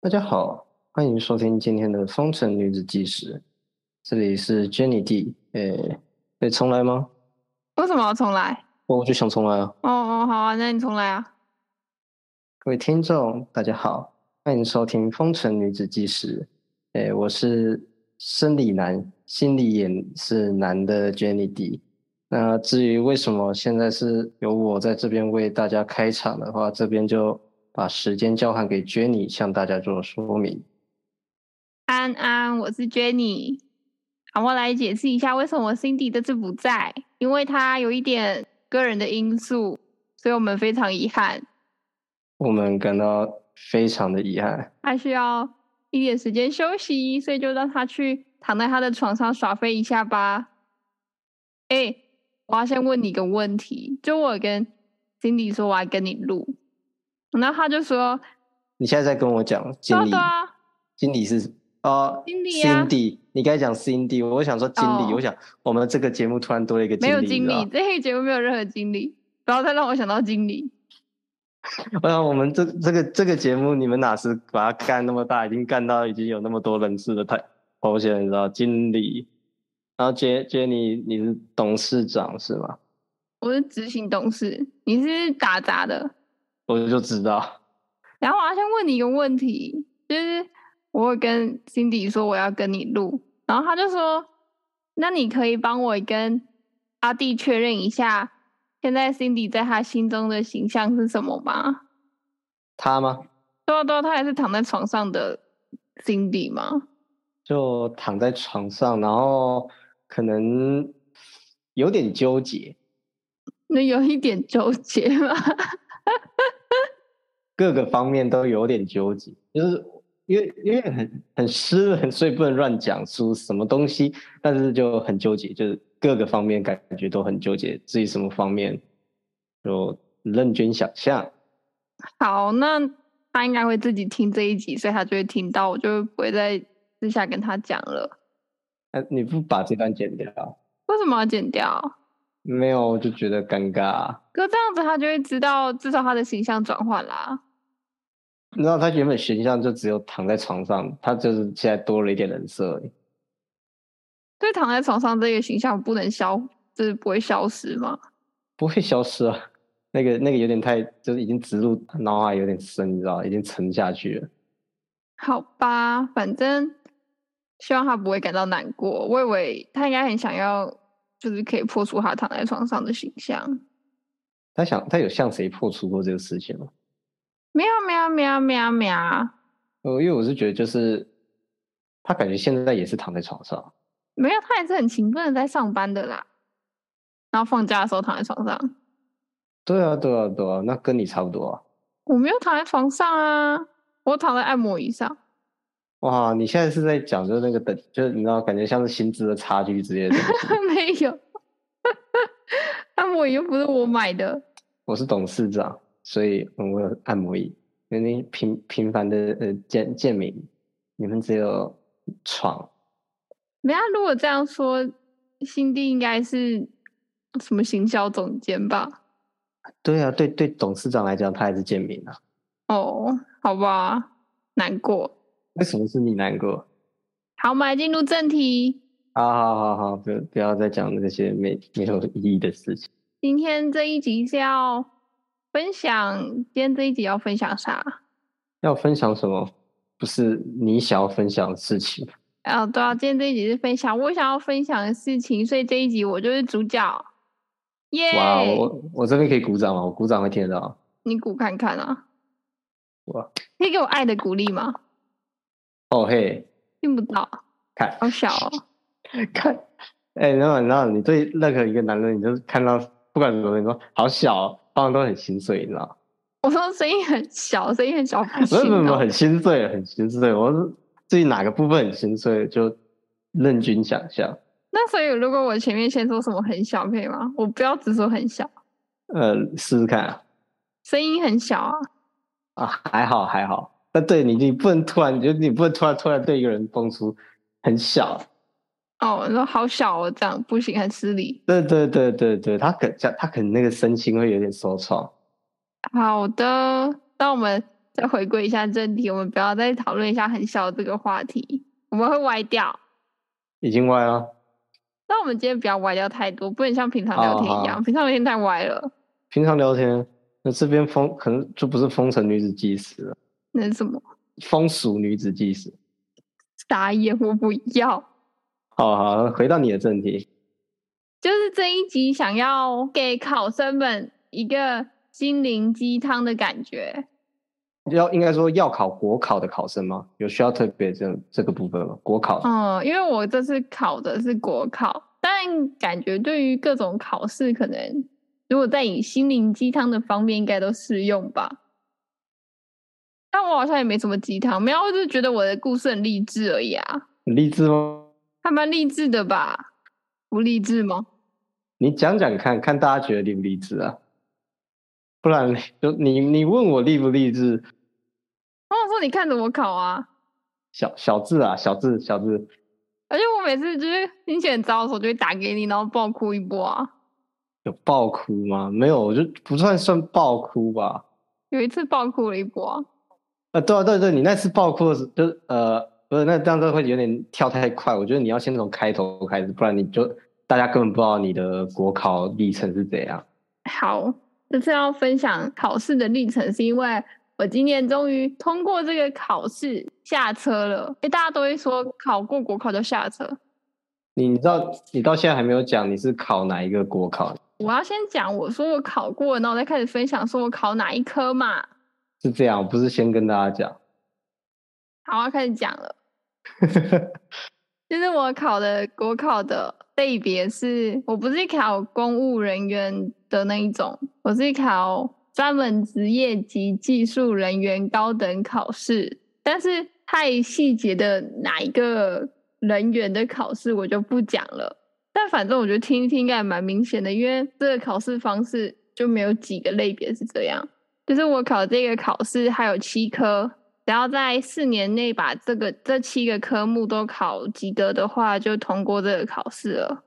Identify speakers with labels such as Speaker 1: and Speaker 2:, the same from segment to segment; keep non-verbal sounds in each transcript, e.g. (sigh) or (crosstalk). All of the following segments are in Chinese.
Speaker 1: 大家好，欢迎收听今天的《风尘女子纪实》，这里是 Jenny D。诶，可以重来吗？
Speaker 2: 为什么要重来？
Speaker 1: 我就想重来啊！
Speaker 2: 哦哦，好啊，那你重来啊。
Speaker 1: 各位听众，大家好，欢迎收听《风尘女子纪实》。诶，我是生理男，心理也是男的 Jenny D。那至于为什么现在是由我在这边为大家开场的话，这边就把时间交还给 Jenny 向大家做说明。
Speaker 2: 安安，我是 Jenny。好，我来解释一下为什么 Cindy 这次不在，因为她有一点个人的因素，所以我们非常遗憾，
Speaker 1: 我们感到非常的遗憾。
Speaker 2: 她需要一点时间休息，所以就让她去躺在她的床上耍废一下吧。哎，我要先问你一个问题，就我跟 Cindy 说我要跟你录，然后她就说
Speaker 1: 你现在在跟我讲经
Speaker 2: 对啊
Speaker 1: 理
Speaker 2: 对，啊，
Speaker 1: 经理是哦
Speaker 2: 经理啊
Speaker 1: ，Cindy，你刚才讲 Cindy，我想说经理，
Speaker 2: 哦
Speaker 1: 我想我们这个节目突然多了一个
Speaker 2: 没有
Speaker 1: 经
Speaker 2: 经
Speaker 1: 理
Speaker 2: 理，，这个节目没有任何经理，不要再让我想到经理。
Speaker 1: 你知道吗我想我们这这个这个节目，你们哪是把它干那么大，已经干到已经有那么多人士的头头衔，你知道经理，然后杰杰你你是董事长是吗？
Speaker 2: 我是执行董事，你是打杂的。
Speaker 1: 我就知道，
Speaker 2: 然后我要先问你一个问题，就是我有跟 Cindy 说我要跟你录，然后他就说，那你可以帮我跟阿弟确认一下，现在 Cindy 在他心中的形象是什么吗？
Speaker 1: 他吗？
Speaker 2: 对啊对啊，他还是躺在床上的 Cindy 吗？
Speaker 1: 就躺在床上，然后可能有点纠结，
Speaker 2: 那有一点纠结吗？
Speaker 1: 各个方面都有点纠结，就是因为因为很很湿润，所以不能乱讲出什么东西，但是就很纠结，就是各个方面感觉都很纠结，至于什么方面就任君想象。
Speaker 2: 好，那他应该会自己听这一集，所以他就会听到，我就不会再私下跟他讲了。
Speaker 1: 那你不把这段剪掉，
Speaker 2: 为什么要剪掉？
Speaker 1: 没有我就觉得尴尬啊。
Speaker 2: 可这样子他就会知道，至少他的形象转换啦。
Speaker 1: 你知道他原本形象就只有躺在床上，他就是现在多了一点人设而已。
Speaker 2: 所以躺在床上这个形象不能消，就是不会消失嘛。
Speaker 1: 不会消失啊。 (laughs) 那个那个有点太，就是已经植入脑海有点深，你知道，已经沉下去了。
Speaker 2: 好吧，反正希望他不会感到难过。我以为他应该很想要，就是可以破除他躺在床上的形象。
Speaker 1: 他想，他有向谁破除过这个事情吗？
Speaker 2: 喵喵喵喵喵，
Speaker 1: 呃，因为我是觉得就是，他感觉现在也是躺在床上，
Speaker 2: 没有，他也是很勤奋的在上班的啦。然后放假的时候躺在床上，
Speaker 1: 对啊，对啊，对啊，那跟你差不多啊。
Speaker 2: 我没有躺在床上啊，我躺在按摩椅上。 (laughs)
Speaker 1: 哇，你现在是在讲就是那个等，就是你知道，感觉像是薪资的差距之类的东西。
Speaker 2: 没有， (laughs) 按摩椅又不是我买的。
Speaker 1: 我是董事长，所以嗯我有按摩椅。那你平平凡的呃健健民，你们只有床，
Speaker 2: 没啊，如果这样说，新弟应该是什么行销总监吧？
Speaker 1: 对啊，对对，董事长来讲，他还是健民啊。
Speaker 2: 哦，好吧，难过。
Speaker 1: 为什么是你难过？
Speaker 2: 好，我们来进入正题。
Speaker 1: 好好好好，不不要再讲那些没没有意义的事情。
Speaker 2: 今天这一集是要分享，今天这一集要分享啥？
Speaker 1: 要分享什么？不是你想要分享的事情。
Speaker 2: 啊，对啊，今天这一集是分享我想要分享的事情，所以这一集我就是主角，耶、
Speaker 1: 哇，哦我我这边可以鼓掌吗？我鼓掌会听得到。
Speaker 2: 你鼓看看啊，
Speaker 1: 哇，
Speaker 2: 可以给我爱的鼓励吗？
Speaker 1: 哦嘿，
Speaker 2: 听不到，
Speaker 1: 看
Speaker 2: 好小哦。
Speaker 1: 看，哎、你知道你知道，你对任何一个男人，你就是看到不管什么，你说好小、哦，通常都很心碎，你知道吗？
Speaker 2: 我说声音很小，声音很小，不
Speaker 1: 不是
Speaker 2: 行
Speaker 1: 不是不是
Speaker 2: 哦
Speaker 1: 很心碎，很心碎。我是至于哪个部分很心碎，就任君想象。
Speaker 2: 那所以如果我前面先说什么很小，可以吗？我不要只说很小，
Speaker 1: 呃，试试看啊。
Speaker 2: 声音很小啊。
Speaker 1: 啊，还好还好。那对你，你不能突然，就你不能突然突然对一个人蹦出很小。
Speaker 2: 哦，你说好小哦，这样不行，很失礼。
Speaker 1: 对对对对对，他可他他可能那个身心会有点受创。
Speaker 2: 好的，那我们再回归一下正题，我们不要再讨论一下很小的这个话题，我们会歪掉。
Speaker 1: 已经歪了。
Speaker 2: 那我们今天不要歪掉太多，不能像平常聊天一样，
Speaker 1: 哦好
Speaker 2: 平常聊天太歪了。
Speaker 1: 平常聊天，那这边风可能就不是风尘女子祭司了，
Speaker 2: 那是什么
Speaker 1: 风俗女子祭司。
Speaker 2: 傻眼，我不要。
Speaker 1: 好好，回到你的正题。
Speaker 2: 就是这一集想要给考生们一个心灵鸡汤的感觉。
Speaker 1: 要应该说要考国考的考生吗？有需要特别这这个部分吗？国考、
Speaker 2: 嗯，因为我这次考的是国考，但感觉对于各种考试，可能如果在以心灵鸡汤的方面，应该都适用吧。但我好像也没什么鸡汤，没有，我就是觉得我的故事很励志而已啊，
Speaker 1: 很励志吗？
Speaker 2: 还蛮励志的吧？不励志吗？
Speaker 1: 你讲讲看看大家觉得励不励志啊？不然就你你问我励不励志，
Speaker 2: 我想说你看着我考啊，
Speaker 1: 小小智啊，小智小智，
Speaker 2: 而且我每次就是心情很糟的时候，就会打给你，然后爆哭一波啊。
Speaker 1: 有爆哭吗？没有，我就不算算爆哭吧。
Speaker 2: 有一次爆哭了一波啊，
Speaker 1: 啊，对啊对对，你那次爆哭的时候，就是呃，不是那这样子会有点跳太快。我觉得你要先从开头开始，不然你就大家根本不知道你的国考历程是怎样。
Speaker 2: 好，这次要分享考试的历程，是因为我今年终于通过这个考试下车了。诶，大家都会说考过国考就下车，
Speaker 1: 你你知道你到现在还没有讲你是考哪一个国考，
Speaker 2: 我要先讲我说我考过，然后我再开始分享说我考哪一科嘛。
Speaker 1: 是这样，我不是先跟大家讲。 (laughs)
Speaker 2: 好，我要开始讲了。就是我考的国考的类别是，我不是考公务人员的那一种，我是考专门职业及技术人员高等考试。但是太细节的哪一个人员的考试我就不讲了。但反正我觉得听一听应该也蛮明显的，因为这个考试方式就没有几个类别是这样。就是我考这个考试还有七科，只要在四年内把这个这七个科目都考及格的话，就通过这个考试了。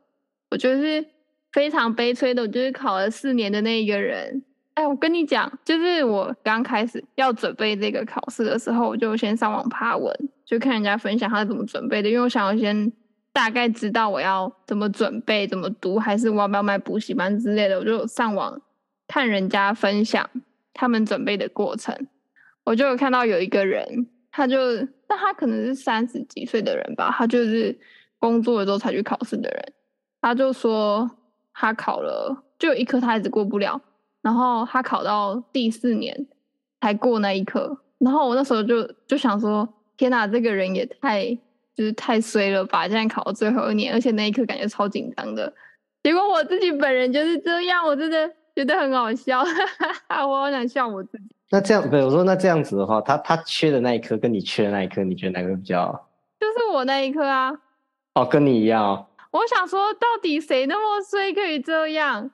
Speaker 2: 我就是非常悲催的，我就是考了四年的那一个人。哎，我跟你讲，就是我刚开始要准备这个考试的时候，我就先上网爬文，就看人家分享他怎么准备的，因为我想要先大概知道我要怎么准备、怎么读，还是我要不要买补习班之类的，我就上网看人家分享他们准备的过程。我就有看到有一个人，他就，但他可能是三十几岁的人吧，他就是工作了之后才去考试的人。他就说他考了，就有一科他一直过不了，然后他考到第四年才过那一科。然后我那时候就就想说，天哪，这个人也太就是太衰了吧！竟然考到最后一年，而且那一刻感觉超紧张的。结果我自己本人就是这样，我真的觉得很好笑， (laughs) 我好想笑我自己。
Speaker 1: 那这样，对我说那这样子的话，他他缺的那一科跟你缺的那一科，你觉得哪个比较好？
Speaker 2: 就是我那一刻啊，
Speaker 1: 哦，跟你一样、哦，
Speaker 2: 我想说，到底谁那么衰可以这样？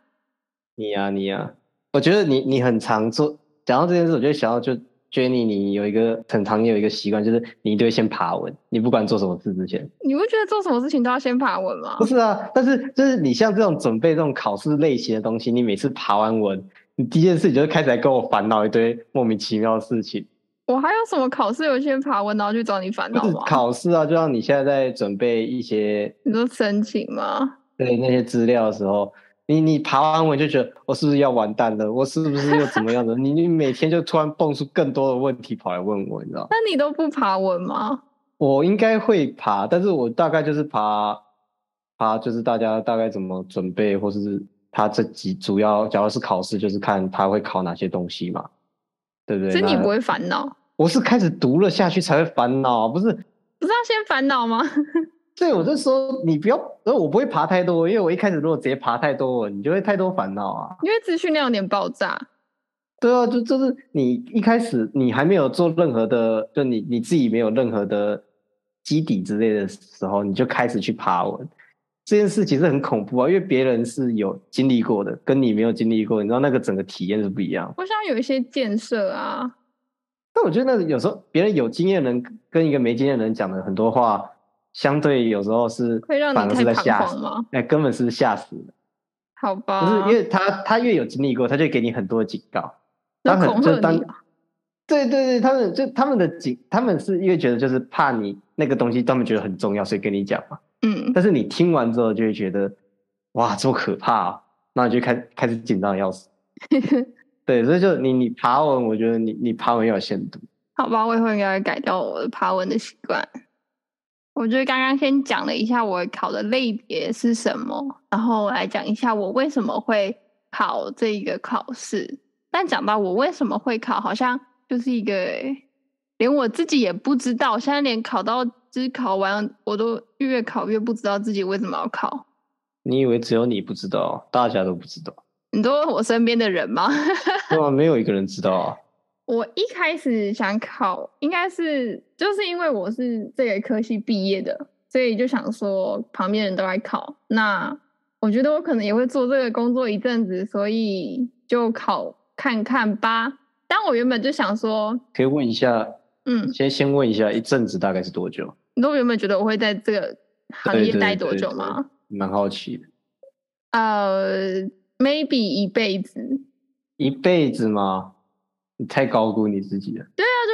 Speaker 1: 你呀、你呀、我觉得你你很常做，讲到这件事，我就想到就 Jenny，你有一个很常有一个习惯，就是你一定会先爬文，你不管做什么事之前，
Speaker 2: 你不觉得做什么事情都要先爬文吗
Speaker 1: 不？是啊，但是就是你像这种准备这种考试类型的东西，你每次爬完文，你第一件事你就会开始来跟我烦恼一堆莫名其妙的事情，
Speaker 2: 我还有什么考试有先爬文，然后去找你烦恼
Speaker 1: 就是
Speaker 2: 吗？
Speaker 1: 考试啊，就像你现在在准备一些
Speaker 2: 你说申请吗？
Speaker 1: 对那些资料的时候，你你爬完文就觉得我是不是要完蛋了？我是不是又怎么样的？你你每天就突然蹦出更多的问题跑来问我，你知道吗？
Speaker 2: 那你都不爬文吗？
Speaker 1: 我应该会爬，但是我大概就是爬爬，就是大家大概怎么准备，或是他这几主要，假如是考试，就是看他会考哪些东西嘛，对不对？
Speaker 2: 所以你
Speaker 1: 那
Speaker 2: 不会烦恼？
Speaker 1: 我是开始读了下去才会烦恼啊，不是
Speaker 2: 不是要先烦恼吗？ (laughs)
Speaker 1: 所以我就说你不要，呃，我不会爬太多，因为我一开始如果直接爬太多，你就会太多烦恼啊。
Speaker 2: 因为资讯量有点爆炸。
Speaker 1: 对啊，就就是你一开始你还没有做任何的，就你你自己没有任何的基底之类的时候，你就开始去爬文，这件事其实很恐怖啊，因为别人是有经历过的，跟你没有经历过，你知道那个整个体验是不一样。
Speaker 2: 我想有一些建设啊，
Speaker 1: 但我觉得那有时候别人有经验的人跟一个没经验的人讲的很多话，相对有时候是
Speaker 2: 会让
Speaker 1: 反
Speaker 2: 你
Speaker 1: 而是在
Speaker 2: 太彷
Speaker 1: 吓
Speaker 2: 徨
Speaker 1: 死，
Speaker 2: 吗？
Speaker 1: 哎，根本是吓死的。
Speaker 2: 好吧，
Speaker 1: 不是因为他他越有经历过，他就给你很多的警告。
Speaker 2: 那
Speaker 1: 当很
Speaker 2: 恐
Speaker 1: 就
Speaker 2: 吓
Speaker 1: 当
Speaker 2: 你啊。
Speaker 1: 对对对，他们就他们的警，他们是因为觉得就是怕你那个东西，他们觉得很重要，所以跟你讲嘛。
Speaker 2: 嗯，
Speaker 1: 但是你听完之后就会觉得，哇，这么可怕、啊，那你就开开始紧张的要
Speaker 2: (laughs)
Speaker 1: 死。对，所以就你你爬文，我觉得你你爬文要有限度。
Speaker 2: 好吧，我以后应该会改掉我的爬文的习惯。我觉得刚刚先讲了一下我考的类别是什么，然后来讲一下我为什么会考这一个考试。但讲到我为什么会考，好像就是一个连我自己也不知道，现在连考到就是考完我都越考越不知道自己为什么要考。
Speaker 1: 你以为只有你不知道，大家都不知道，
Speaker 2: 你说我身边的人吗？
Speaker 1: 对吧？没有一个人知道啊。
Speaker 2: 我一开始想考，应该是就是因为我是这个科系毕业的，所以就想说旁边人都在考，那我觉得我可能也会做这个工作一阵子，所以就考看看吧。但我原本就想说，
Speaker 1: 可以问一下，
Speaker 2: 嗯，
Speaker 1: 先先问一下，一阵子大概是多久？
Speaker 2: 你都原本觉得我会在这个行
Speaker 1: 对
Speaker 2: 业
Speaker 1: 对
Speaker 2: 待多
Speaker 1: 对
Speaker 2: 久
Speaker 1: 对
Speaker 2: 吗？
Speaker 1: 蛮好奇的，
Speaker 2: 呃，maybe 一辈子。对
Speaker 1: 一辈子吗？你太高估你自己了。
Speaker 2: 啊，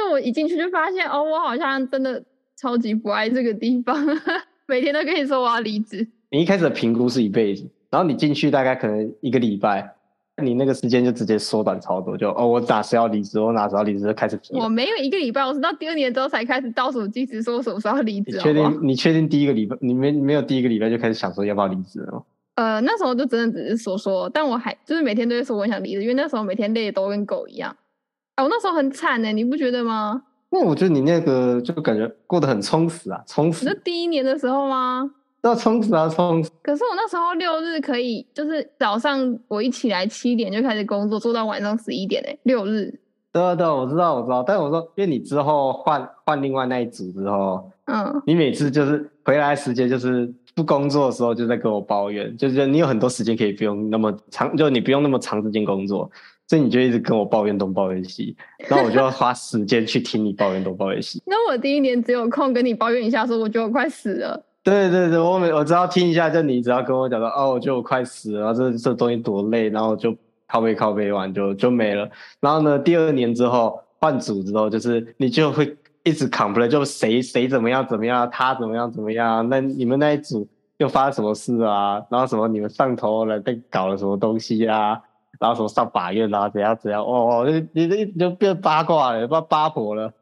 Speaker 2: 就我一进去就发现，哦，我好像真的超级不爱这个地方， (laughs) 每天都跟你说我要离职。
Speaker 1: 你一开始的评估是一辈子，然后你进去大概可能一个礼拜，你那个时间就直接缩短超多，就哦，我哪时要离职，我哪时要离职，就开始评。
Speaker 2: 我没有一个礼拜，我是到第二年之后才开始倒数计时，说我什么时候离
Speaker 1: 你
Speaker 2: 职。
Speaker 1: 确
Speaker 2: 好不好啊
Speaker 1: 定？你确定第一个礼拜你没没有第一个礼拜就开始想说要不要离职了吗？
Speaker 2: 呃，那时候就真的只是说说，但我还就是每天都会说我想离职，因为那时候每天累的都跟狗一样。啊，我那时候很惨呢、你不觉得吗？
Speaker 1: 那我觉得你那个就感觉过得很充实啊，充
Speaker 2: 你说
Speaker 1: 实，
Speaker 2: 第一年的时候吗？
Speaker 1: 要充实啊，充实。
Speaker 2: 可是我那时候六日可以，就是早上我一起来七点就开始工作，做到晚上十一点诶、欸六日，
Speaker 1: 对啊对啊，我知道我知道，但我说，因为你之后换换另外那一组之后，
Speaker 2: 嗯，
Speaker 1: (laughs) 你每次就是回来时间就是不工作的时候就在跟我抱怨，就是你有很多时间可以不用那么长，就你不用那么长时间工作，所以你就一直跟我抱怨东抱怨西，然后我就要花时间去听你抱怨东抱怨西。
Speaker 2: 那我第一年只有空跟你抱怨一下，说我觉得我快死了。
Speaker 1: 对对对，我每我只要听一下，就你只要跟我讲说，哦，我觉得我快死了，然后这这东西多累，然后就靠背靠背完就就没了。然后呢，第二年之后换组之后，就是你就会一直 complain，就谁谁怎么样怎么样，他怎么样怎么样，那你们那一组又发生什么事啊？然后什么你们上头了，在搞了什么东西啊？然后什么上法院啊，怎样怎样，哦哦，你你你你就变八卦了，八八婆了。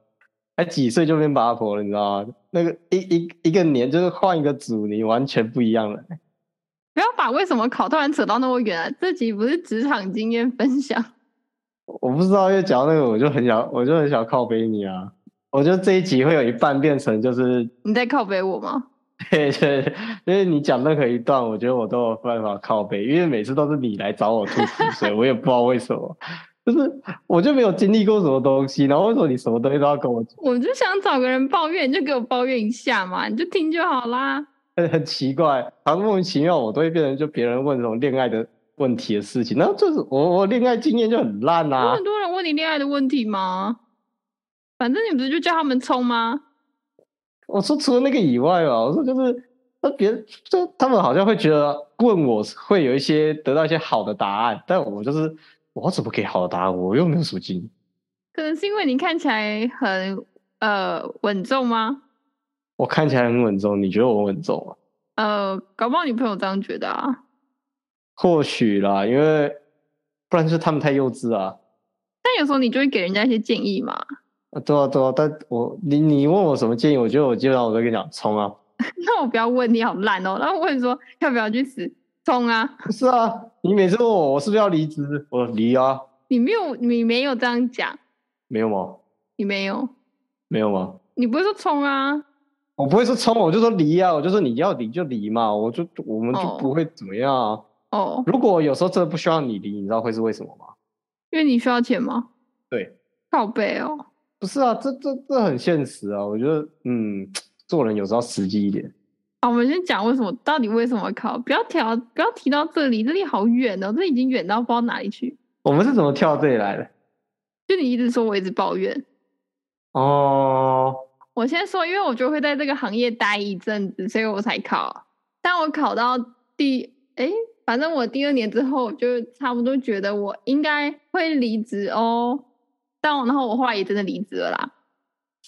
Speaker 1: 才几岁就变八婆了，你知道吗？那个一一一个年就是换一个组，你完全不一样了。
Speaker 2: 不要把为什么考突然扯到那么远啊！这集不是职场经验分享。
Speaker 1: 我不知道，因为讲到那个，我就很想，我就很想靠背你啊。我觉得这一集会有一半变成就是，
Speaker 2: 你在靠北我吗？
Speaker 1: 对对，因为你讲任何一段，我觉得我都有办法靠背，因为每次都是你来找我吐苦水，我也不知道为什么，就是我就没有经历过什么东西，然后为什么你什么东西都要跟我讲，
Speaker 2: 我就想找个人抱怨，你就给我抱怨一下嘛，你就听就好啦。
Speaker 1: 很很奇怪，好像莫名其妙，我都会变成就别人问这种恋爱的问题的事情，然后就是我我恋爱经验就很烂
Speaker 2: 有
Speaker 1: 啊
Speaker 2: 很。多人问你恋爱的问题吗？反正你不是就叫他们冲吗？
Speaker 1: 我说除了那个以外吧，我说就是那别就他们好像会觉得问我会有一些得到一些好的答案，但我就是我要怎么给好的答案？我又没有什么经验，
Speaker 2: 可能是因为你看起来很呃稳重吗？
Speaker 1: 我看起来很稳重，你觉得我稳重吗？
Speaker 2: 呃，搞不好女朋友这样觉得啊。
Speaker 1: 或许啦，因为不然就是他们太幼稚啊。
Speaker 2: 但有时候你就会给人家一些建议嘛。
Speaker 1: 啊对啊，对啊，但我你你问我什么建议，我觉得我基本上我都跟你讲冲啊， (laughs)
Speaker 2: 那我不要问你好烂哦，然后问说要不要去死冲啊？
Speaker 1: 不是啊，你每次问我我是不是要离职，我说离啊，
Speaker 2: 你没有，你没有这样讲，
Speaker 1: 没有吗？
Speaker 2: 你没有，
Speaker 1: 没有吗？
Speaker 2: 你不会说冲啊？
Speaker 1: 我不会说冲，我就说离啊，我就说你要离就离嘛，我就我们就
Speaker 2: 哦
Speaker 1: 不会怎么样啊。
Speaker 2: 哦，
Speaker 1: 如果有时候真的不需要你离，你知道会是为什么吗？
Speaker 2: 因为你需要钱吗？
Speaker 1: 对，
Speaker 2: 靠背哦。
Speaker 1: 不是啊，这这这很现实啊。我觉得，嗯，做人有时候要实际一点。
Speaker 2: 好，我们先讲为什么，到底为什么考？不要调，不要提到这里，这里好远哦，这已经远到不知道哪里去。
Speaker 1: 我们是怎么跳到这里来的？
Speaker 2: 就你一直说，我一直抱怨。
Speaker 1: 哦，
Speaker 2: 我先说，因为我就会在这个行业待一阵子，所以我才考。但我考到第，哎，反正我第二年之后，我就差不多觉得我应该会离职哦。但我然后我后来也真的离职了啦。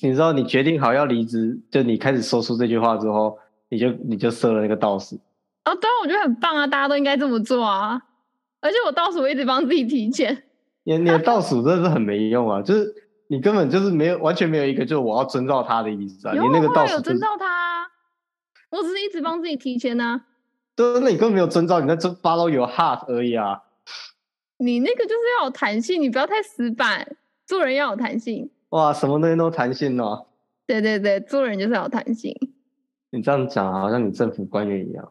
Speaker 1: 你知道你决定好要离职，就你开始说出这句话之后，你就你就设了那个倒数。
Speaker 2: 哦，对啊，我觉得很棒啊，大家都应该这么做啊。而且我倒数我一直帮自己提前，
Speaker 1: 你你的倒数真的是很没用啊，就是你根本就是没有完全没有一个就是我要遵照他的意思啊，你
Speaker 2: 有
Speaker 1: 那个
Speaker 2: 我后
Speaker 1: 倒
Speaker 2: 来
Speaker 1: 数
Speaker 2: 有
Speaker 1: 就
Speaker 2: 遵
Speaker 1: 是
Speaker 2: 照他啊，我只是一直帮自己提前啊。
Speaker 1: 对，那你根本没有遵照，你在遵 follow your heart 而已啊。
Speaker 2: 你那个就是要有弹性，你不要太死板，做人要有弹性。
Speaker 1: 哇，什么东西都弹性哦。
Speaker 2: 对对对，做人就是要有弹性。
Speaker 1: 你这样讲好像你政府官员一样。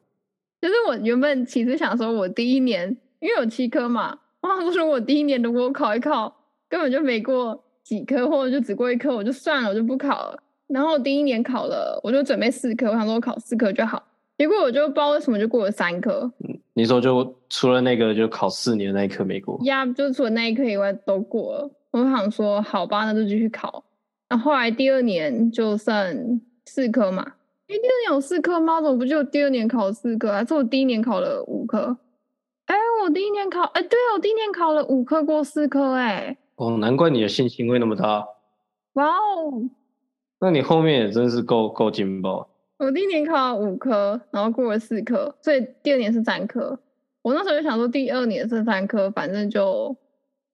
Speaker 2: 就是我原本其实想说，我第一年因为有七科嘛，我想说，如果我第一年如果我考一考，根本就没过几科，或者就只过一科，我就算了，我就不考了。然后我第一年考了，我就准备四科，我想说我考四科就好。结果我就不知道为什么就过了三科，
Speaker 1: 你说就除了那个就考四年的那一科没过，
Speaker 2: 呀就除了那一科以外都过了。我就想说，好吧，那就继续考。然后后来第二年就剩四科嘛，因为第二年有四科吗？我怎么不就第二年考了四科、啊？还是我第一年考了五科？哎，我第一年考，哎，对，我第一年考了五科过四科、哎，
Speaker 1: 哦，难怪你的信心会那么大。
Speaker 2: 哇哦！
Speaker 1: 那你后面也真是够够劲爆。
Speaker 2: 我第一年考了五科，然后过了四科，所以第二年是三科。我那时候就想说，第二年是三科，反正就，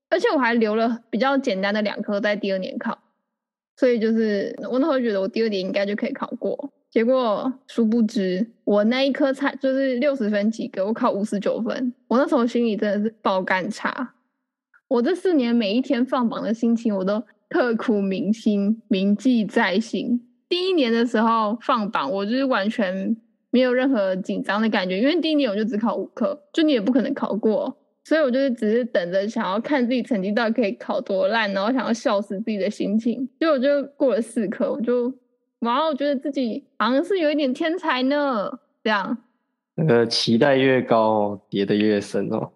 Speaker 2: 而且我还留了比较简单的两科在第二年考，所以就是我那时候觉得我第二年应该就可以考过。结果殊不知，我那一科才就是六十分及格，我考五十九分。我那时候心里真的是爆干差。我这四年每一天放榜的心情，我都刻苦铭心，铭记在心。第一年的时候放榜，我就是完全没有任何紧张的感觉，因为第一年我就只考五科，就你也不可能考过，所以我就是只是等着想要看自己成绩到底可以考多烂，然后想要笑死自己的心情。结果就过了四科，我就哇，我觉得自己好像是有一点天才呢，这样。
Speaker 1: 那个期待越高，跌得越深哦。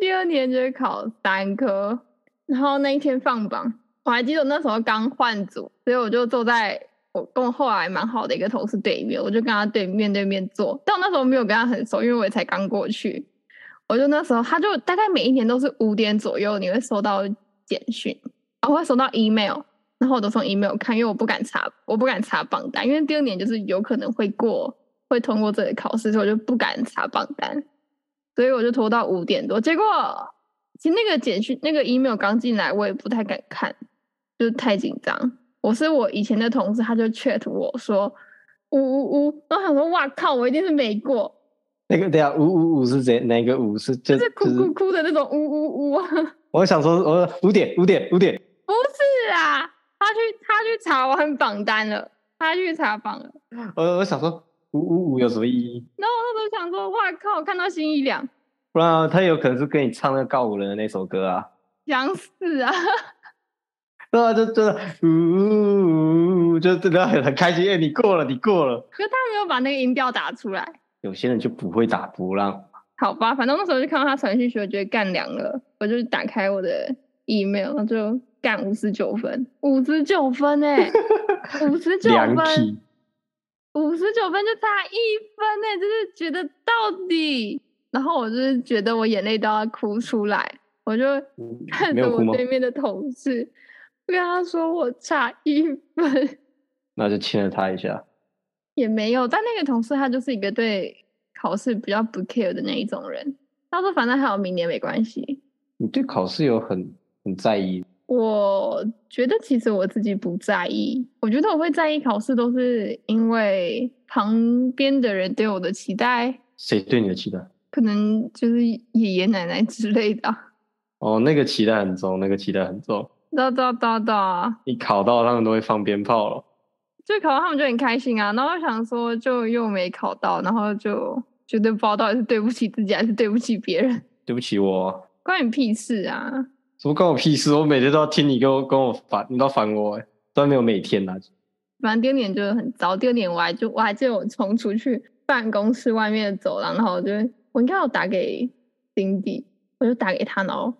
Speaker 2: 第二年就是考三科，然后那一天放榜，我还记得我那时候刚换组，所以我就坐在我跟我后来蛮好的一个同事对面，我就跟他对面对面坐。但我那时候没有跟他很熟，因为我也才刚过去。我就那时候，他就大概每一年都是五点左右，你会收到简讯，我会收到 email，然后我都从 email 看，因为我不敢查，我不敢查榜单，因为第二年就是有可能会过，会通过这个考试，所以我就不敢查榜单。所以我就拖到五点多。结果其实那个简讯、那个 email 刚进来，我也不太敢看，就是太紧张。我是我以前的同事，他就 chat 我说“呜呜呜”，然后想说“哇靠，我一定是没过
Speaker 1: 那个对啊，五五五是谁？哪个五是”，就
Speaker 2: 就是哭哭哭的那种“呜呜呜” (laughs) 啊，
Speaker 1: 我想说，我说五点五点五点，
Speaker 2: 不是啊，他去他去查完榜单了，他去查榜了。
Speaker 1: 我我想说五五五有什么意义？
Speaker 2: 然后我那时候想说“哇靠”，看到心一凉，
Speaker 1: 不然啊他有可能是跟你唱那个告五人的那首歌啊。
Speaker 2: 想死啊！
Speaker 1: 对啊，就真的呜呜，呜就真的很很开心。哎、你过了，你过了。
Speaker 2: 可是他没有把那个音调打出来。
Speaker 1: 有些人就不会打波浪，
Speaker 2: 好吧，反正那时候就看到他传讯息，我觉得干凉了，我就打开我的 email，然后就干五十九分，五十九分哎、 (laughs) 五十九
Speaker 1: 凉
Speaker 2: 分，
Speaker 1: 皮。
Speaker 2: 五十九分就差一分哎、就是觉得到底，然后我就是觉得我眼泪都要哭出来，我就
Speaker 1: 嗯
Speaker 2: 看
Speaker 1: 没
Speaker 2: 着
Speaker 1: 有哭
Speaker 2: 我
Speaker 1: 吗
Speaker 2: 对面的同事，我跟他说我差一分。
Speaker 1: 那就亲了他一下。
Speaker 2: 也没有，但那个同事他就是一个对考试比较不 care 的那一种人。他说反正还有明年没关系。
Speaker 1: 你对考试有很很在意，
Speaker 2: 我觉得其实我自己不在意，我觉得我会在意考试都是因为旁边的人对我的期待，
Speaker 1: 谁对你的期待？
Speaker 2: 可能就是爷爷奶奶之类的 (laughs) 啊。
Speaker 1: 哦，那个期待很重，那个期待很重。
Speaker 2: 哒哒哒哒，
Speaker 1: 你考到他们都会放鞭炮了。
Speaker 2: 就考到他们就很开心啊。然后想说就又没考到，然后就觉得不知道到底是对不起自己还是对不起别人，
Speaker 1: 对不起我，
Speaker 2: 关你屁事啊！
Speaker 1: 什么关我屁事？我每天都要听你跟我跟我烦，你都烦我哎、欸。虽然没有每天啦、
Speaker 2: 反正第二年就是很糟。第二年我还就我还记得我冲出去办公室外面的走廊，然后我就我应该有打给丁迪，我就打给他，然后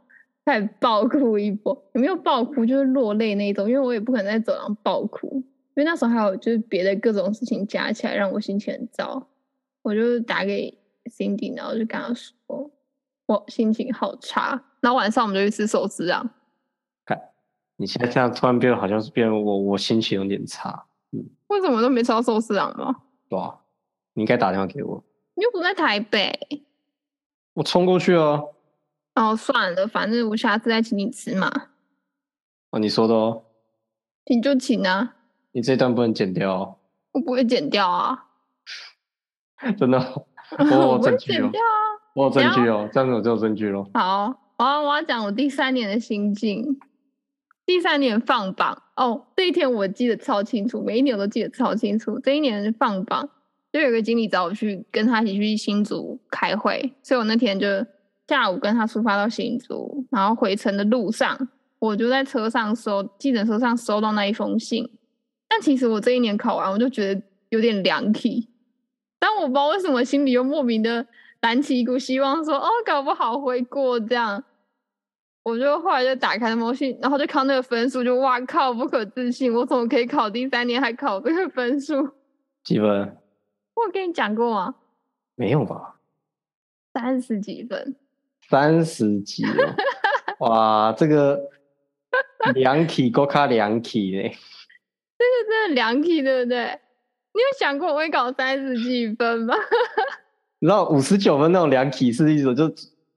Speaker 2: 开始爆哭一波，也没有爆哭，就是落泪那一种，因为我也不可能在走廊爆哭，因为那时候还有就是别的各种事情加起来让我心情很糟，我就打给 Cindy，然后就跟他说我心情好差，然后晚上我们就去吃寿司啊，
Speaker 1: 你现在这样突然变，好像是变我我心情有点差，
Speaker 2: 为什么都没吃到寿司郎吗？
Speaker 1: 对吧、你应该打电话给我，
Speaker 2: 你又不在台北。
Speaker 1: 我冲过去啊！
Speaker 2: 哦，算了，反正我下次再请你吃嘛，
Speaker 1: 哦，你说的哦，
Speaker 2: 请就请啊，
Speaker 1: 你这段不能剪掉、哦，
Speaker 2: 我不会剪掉啊，
Speaker 1: 真的
Speaker 2: (laughs)
Speaker 1: 哦，我有
Speaker 2: 不会
Speaker 1: 证据
Speaker 2: 剪
Speaker 1: 哦
Speaker 2: 掉，啊。
Speaker 1: 我有证据哦，这样子我就有证据咯。
Speaker 2: 好，我要我要讲我第三年的心境。第三年放榜哦，这一天我记得超清楚，每一年我都记得超清楚。这一年放榜，就有一个经理找我去跟他一起去新竹开会，所以我那天就下午跟他出发到新竹，然后回程的路上，我就在车上收，记者车上收到那一封信。但其实我这一年考完，我就觉得有点凉体，但我不知道为什么心里又莫名的燃起一股希望说，哦，搞不好会过这样。我就后来就打开了微信，然后就看那个分数，就哇靠，不可置信，我怎么可以考第三年还考这个分数？ (laughs)
Speaker 1: 几分？
Speaker 2: 我有跟你讲过吗？
Speaker 1: 没有吧？
Speaker 2: 三十几分，
Speaker 1: 三十几哦，哇，这个两体够卡两体嘞，
Speaker 2: 这真的良体，对不对？你有想过我会考三十几分吗？ (laughs)
Speaker 1: 你知道五十九分那种两体是一种就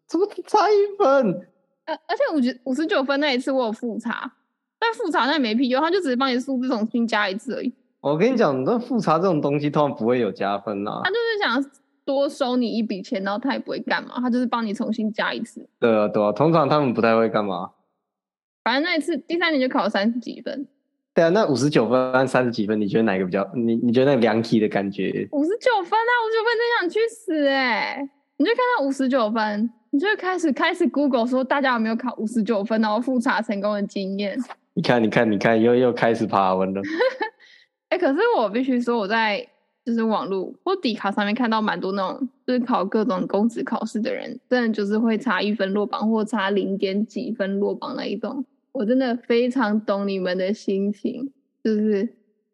Speaker 1: 怎么只差一分？
Speaker 2: 呃，而且五十五十九分那一次我有复查，但复查那也没屁用，他就只是帮你数字重新加一次而已，
Speaker 1: 我跟你讲，这复查这种东西通常不会有加分啊啦、
Speaker 2: 他就是想多收你一笔钱，然后他也不会干嘛，他就是帮你重新加一次。
Speaker 1: 对啊，对啊，通常他们不太会干嘛。
Speaker 2: 反正那一次第三年就考了三十几分，
Speaker 1: 对啊，那五十九分和三十几分，你觉得哪个比较？你你觉得那个量体的感觉？
Speaker 2: 五十九分啊，五十九分真想去死哎、你就看到五十九分，你就会开始开始 Google 说大家有没有考五十九分，然后复查成功的经验。
Speaker 1: 你看，你看，你看，又又开始爬文了。
Speaker 2: 哎、可是我必须说，我在就是网络或底卡上面看到蛮多那种就是考各种公职考试的人，真的就是会差一分落榜或差零点几分落榜那一种。我真的非常懂你们的心情，就是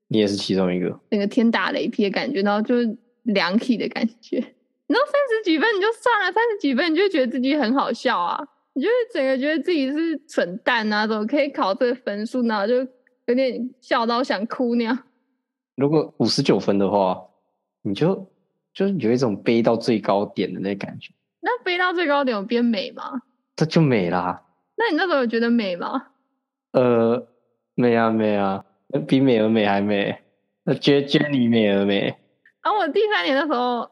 Speaker 1: 你也是其中一个。
Speaker 2: 整个天打雷劈的感觉，然后就是凉体的感觉。你知道三十几分你就算了，三十几分你就觉得自己很好笑啊，你就会整个觉得自己是蠢蛋啊，怎么可以考这个分数呢？就有点笑到想哭那样。
Speaker 1: 如果五十九分的话，你就就有一种背到最高点的那感觉，
Speaker 2: 那飞到最高点有变美吗？
Speaker 1: 这就美啦。
Speaker 2: 那你那时候有觉得美吗？
Speaker 1: 呃，美啊美啊，比美而美还美。那 j e n n 美而美，
Speaker 2: 啊，我第三年的时候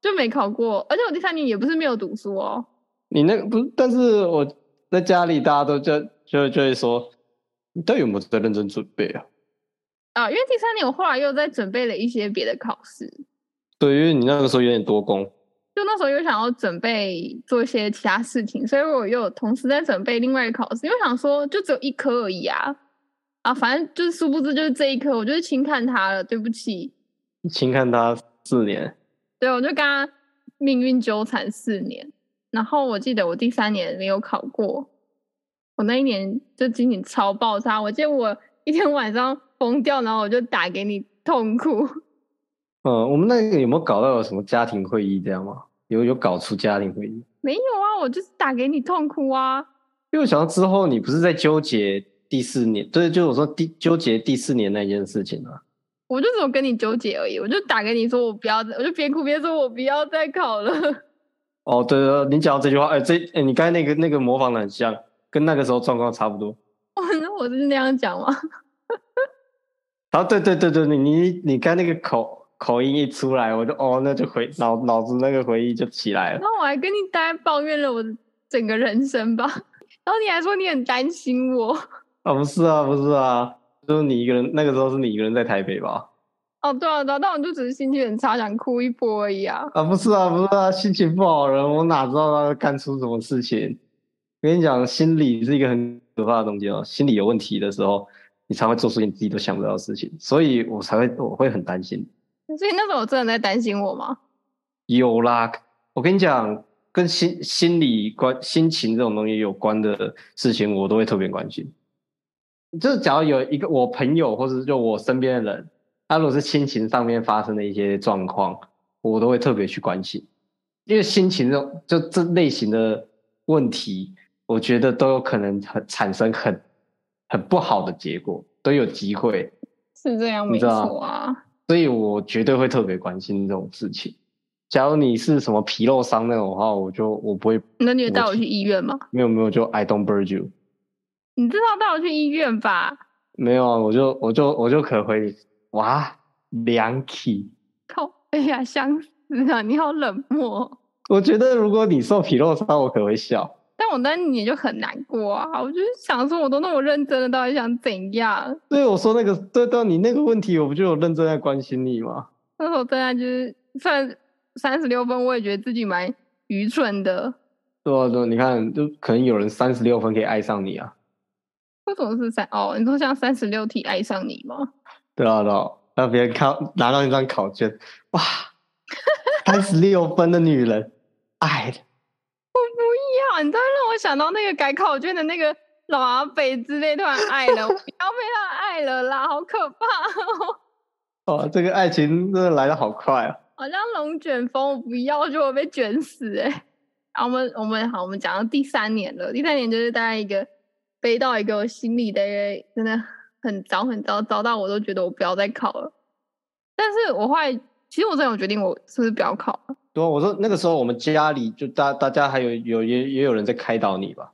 Speaker 2: 就没考过，而且我第三年也不是没有读书哦。
Speaker 1: 你那个不是？但是我在家里，大家都就就就会说，你到底有没有在认真准备啊？
Speaker 2: 啊，因为第三年我后来又在准备了一些别的考试，
Speaker 1: 对，因为你那个时候有点多功。
Speaker 2: 就那时候又想要准备做一些其他事情，所以我又有同时在准备另外一个考试，因为我想说就只有一科而已啊，啊，反正就是殊不知就是这一科，我就是轻看它了，对不起，
Speaker 1: 你轻看他四年，
Speaker 2: 对，我就跟他命运纠缠四年，然后我记得我第三年没有考过，我那一年就心情超爆炸，我记得我一天晚上疯掉，然后我就打给你痛哭，
Speaker 1: 呃，我们那个有没有搞到有什么家庭会议这样吗？有有搞出家庭会议？
Speaker 2: 没有啊，我就是打给你痛哭啊，
Speaker 1: 因为我想到之后你不是在纠结第四年，对，就是我说第纠结第四年那件事情啊。
Speaker 2: 我就只有跟你纠结而已，我就打给你说我不要再，我就边哭边说我不要再考了。 (laughs)
Speaker 1: 哦，对对对，你讲到这句话，哎，这哎，你刚才那个那个模仿的很像，跟那个时候状况差不多。
Speaker 2: 我我哦是那样讲吗？
Speaker 1: 啊，对对对对，你你你刚才那个口口音一出来，我就哦，那就回脑脑子那个回忆就起来了。
Speaker 2: 然后我还跟你大概抱怨了我的整个人生吧，然后你还说你很担心我。
Speaker 1: 啊，不是啊，不是啊，就是你一个人，那个时候是你一个人在台北吧？
Speaker 2: 哦，对啊，对啊，但我就只是心情很差，想哭一波而已啊。
Speaker 1: 啊，不是啊，不是啊，心情不好的人，我哪知道他会干出什么事情？我跟你讲，心理是一个很可怕的东西哦。心理有问题的时候，你才会做出你自己都想不到的事情，所以我才会我会很担心。
Speaker 2: 所以那时候我真的在担心我吗？
Speaker 1: 有啦，我跟你讲，跟心心理关、心情这种东西有关的事情，我都会特别关心。就是假如有一个我朋友，或者就我身边的人，啊他如果是心情上面发生的一些状况，我都会特别去关心，因为心情这种就这类型的问题，我觉得都有可能很产生很很不好的结果，都有机会，
Speaker 2: 是这样
Speaker 1: 你
Speaker 2: 没
Speaker 1: 知道
Speaker 2: 错啊。
Speaker 1: 所以我绝对会特别关心这种事情。假如你是什么皮肉伤那种的话，我就我不会，
Speaker 2: 那你有
Speaker 1: 我
Speaker 2: 带我
Speaker 1: 是
Speaker 2: 去医院吗？
Speaker 1: 没有没有，就 I don't bird you，
Speaker 2: 你至少带我去医院吧。
Speaker 1: 没有啊，我就我就我就可回你，哇，凉气。
Speaker 2: 靠，哎呀，想死啊！你好冷漠哦，
Speaker 1: 我觉得如果你受皮肉伤，我可能会笑。
Speaker 2: 但我当你就很难过啊。我就是想说，我都那么认真了，到底想怎样？
Speaker 1: 所以我说那个，对对，你那个问题，我不就有认真在关心你吗？
Speaker 2: 那时候真的就是，虽然三十六分，我也觉得自己蛮愚蠢的。
Speaker 1: 对啊，对啊，你看，就可能有人三十六分可以爱上你啊，
Speaker 2: 为什么是三？哦，你说像三十六题爱上你吗？
Speaker 1: 对啊，对啊，让别人考拿到一张考卷，哇，三十六分的女人，爱的，
Speaker 2: 不要，你知道让我想到那个改考卷的那个老阿北之类，突然爱了，我不要被他爱了啦，好可怕哦！
Speaker 1: (laughs)
Speaker 2: (laughs)
Speaker 1: 哇，这个爱情真的来的好快啊！
Speaker 2: 好像龙卷风，我不要，我觉得我被卷死哎、欸。然后我们我们好，我们讲到第三年了，第三年就是大概一个背到一个我心里的真的很糟很糟，糟到我都觉得我不要再考了。但是我后来其实我真的有决定，我是不是不要考了？
Speaker 1: 对啊，我说那个时候我们家里就大大家还有有也也有人在开导你吧，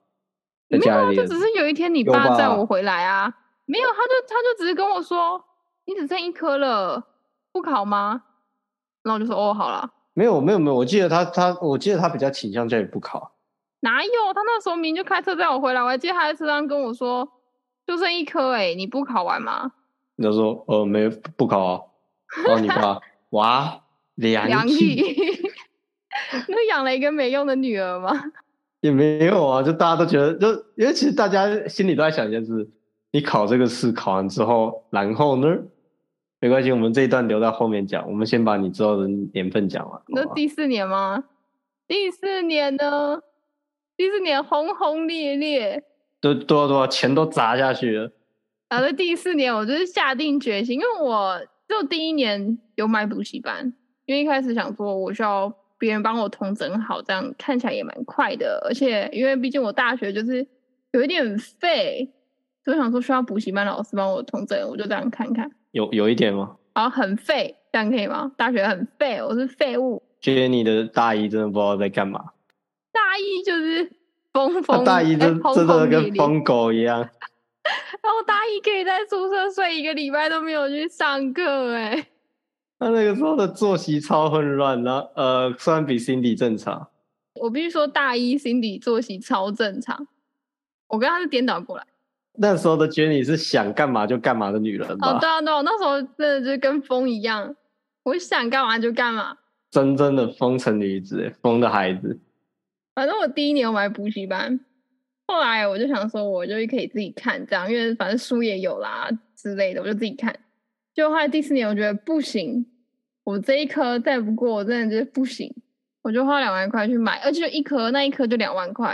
Speaker 1: 在
Speaker 2: 没有
Speaker 1: 家
Speaker 2: 啊，
Speaker 1: 里
Speaker 2: 就只是有一天你
Speaker 1: 有
Speaker 2: 爸载
Speaker 1: 吧
Speaker 2: 我回来啊，没有，他就他就只是跟我说你只剩一科了，不考吗？然后我就说哦，好了，
Speaker 1: 没有没有没有，我记得他他我记得他比较倾向叫你不考，
Speaker 2: 哪有？他那时候明明就开车载我回来，我还记得他在车上跟我说就剩一科哎、你不考完吗？
Speaker 1: 你就说呃没不考啊，哦你
Speaker 2: (laughs)
Speaker 1: 爸哇
Speaker 2: 梁
Speaker 1: 凉气
Speaker 2: 毅， (laughs) 那养了一个没用的女儿吗？
Speaker 1: 也没有啊，就大家都觉得就因为其实大家心里都在想一件事，你考这个试考完之后，然后呢？没关系，我们这一段留到后面讲，我们先把你之后的年份讲完。
Speaker 2: 你说
Speaker 1: 好吧
Speaker 2: 第四年吗？第四年呢？第四年轰轰烈烈，
Speaker 1: 对对啊对啊，钱都砸下去了。
Speaker 2: 然后在第四年，我就是下定决心，因为我就第一年有买补习班，因为一开始想说我需要别人帮我统整好，这样看起来也蛮快的。而且因为毕竟我大学就是有一点废，所以我想说需要补习班老师帮我统整，我就这样看看。
Speaker 1: 有有一点吗
Speaker 2: 然后很废，这样可以吗？大学很废，我是废物。
Speaker 1: ？Jenny 的大一真的不知道在干嘛，
Speaker 2: 大一就是疯
Speaker 1: 他 (laughs)
Speaker 2: 疯，
Speaker 1: 大一
Speaker 2: 哎
Speaker 1: 真
Speaker 2: 轰
Speaker 1: 真的
Speaker 2: 轰烈
Speaker 1: 跟
Speaker 2: 烈
Speaker 1: 疯狗一样。
Speaker 2: 然后大一可以在宿舍睡一个礼拜都没有去上课、哎。
Speaker 1: 他那个时候的作息超混乱，然后呃，虽然比 Cindy 正常，
Speaker 2: 我必须说，大一心理作息超正常。我跟他是颠倒过来。
Speaker 1: 那时候的 Jenny 是想干嘛就干嘛的女人吧？
Speaker 2: 哦，对啊，对啊，我那时候真的就是跟风一样，我想干嘛就干嘛。
Speaker 1: 真正的风尘女子，疯的孩子。
Speaker 2: 反正我第一年我买补习班，后来我就想说，我就可以自己看这样，因为反正书也有啦之类的，我就自己看。就后来第四年，我觉得不行，我这一科再不过，我真的就是不行。我就花两万块去买，而且就一科，那一科就两万块。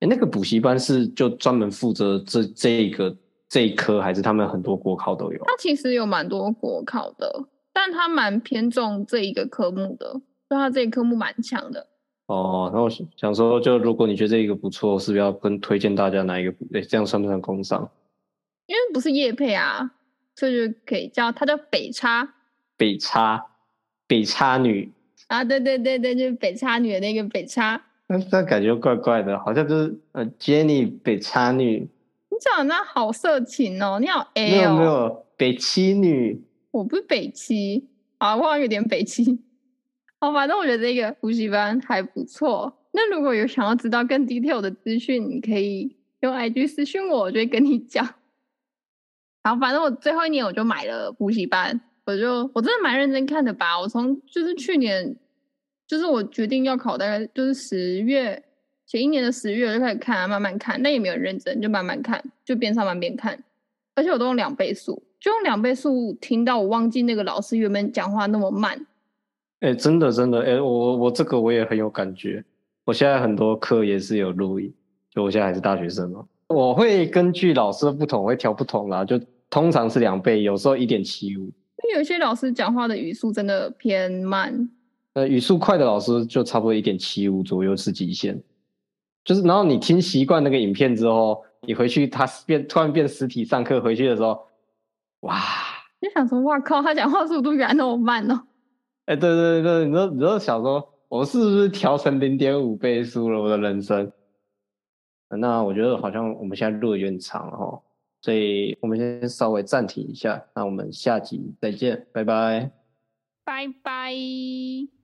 Speaker 1: 诶那个补习班是就专门负责这这一个这一科，还是他们很多国考都有啊？
Speaker 2: 它其实有蛮多国考的，但它蛮偏重这一个科目的，所以它这一科目蛮强的。
Speaker 1: 哦，那我想想说，就如果你觉得这个不错，是不是要跟推荐大家哪一个补？诶，这样算不算工商？
Speaker 2: 因为不是业配啊，所以就可以叫它叫北差
Speaker 1: 北差，北差女，
Speaker 2: 啊，对对对对，就是北差女的那个北差。
Speaker 1: 那那感觉怪怪的，好像就是呃，Jenny 北差女，
Speaker 2: 你讲那好色情哦，你好 A 哦，
Speaker 1: 没有没有北七女，
Speaker 2: 我不是北七啊，我好像有点北七。 (laughs) 哦，反正我觉得这个补习班还不错。那如果有想要知道更 detail 的资讯，你可以用 IG 私讯我，我就会跟你讲。好，反正我最后一年我就买了补习班，我就我真的蛮认真看的吧。我从就是去年，就是我决定要考，大概就是十月前一年的十月我就开始看、啊，慢慢看，但也没有很认真，就慢慢看，就边上班边看。而且我都用两倍速，就用两倍速听到我忘记那个老师原本讲话那么慢。
Speaker 1: 哎，真的真的，哎，我我这个我也很有感觉，我现在很多课也是有录音，就我现在还是大学生嘛，我会根据老师的不同，我会调不同啦，就通常是两倍，有时候一点七五，
Speaker 2: 因为有些老师讲话的语速真的偏慢，
Speaker 1: 呃，语速快的老师就差不多一点七五左右是极限，就是然后你听习惯那个影片之后，你回去他变突然变实体上课，回去的时候，哇，
Speaker 2: 就想说，哇靠，他讲话速度原来那么慢哦。
Speaker 1: 哎、对对对，你都你都想说，我是不是调成零点五倍速了我的人生？那我觉得好像我们现在录的有点长哦，所以我们先稍微暂停一下，那我们下集再见，拜拜。
Speaker 2: 拜拜。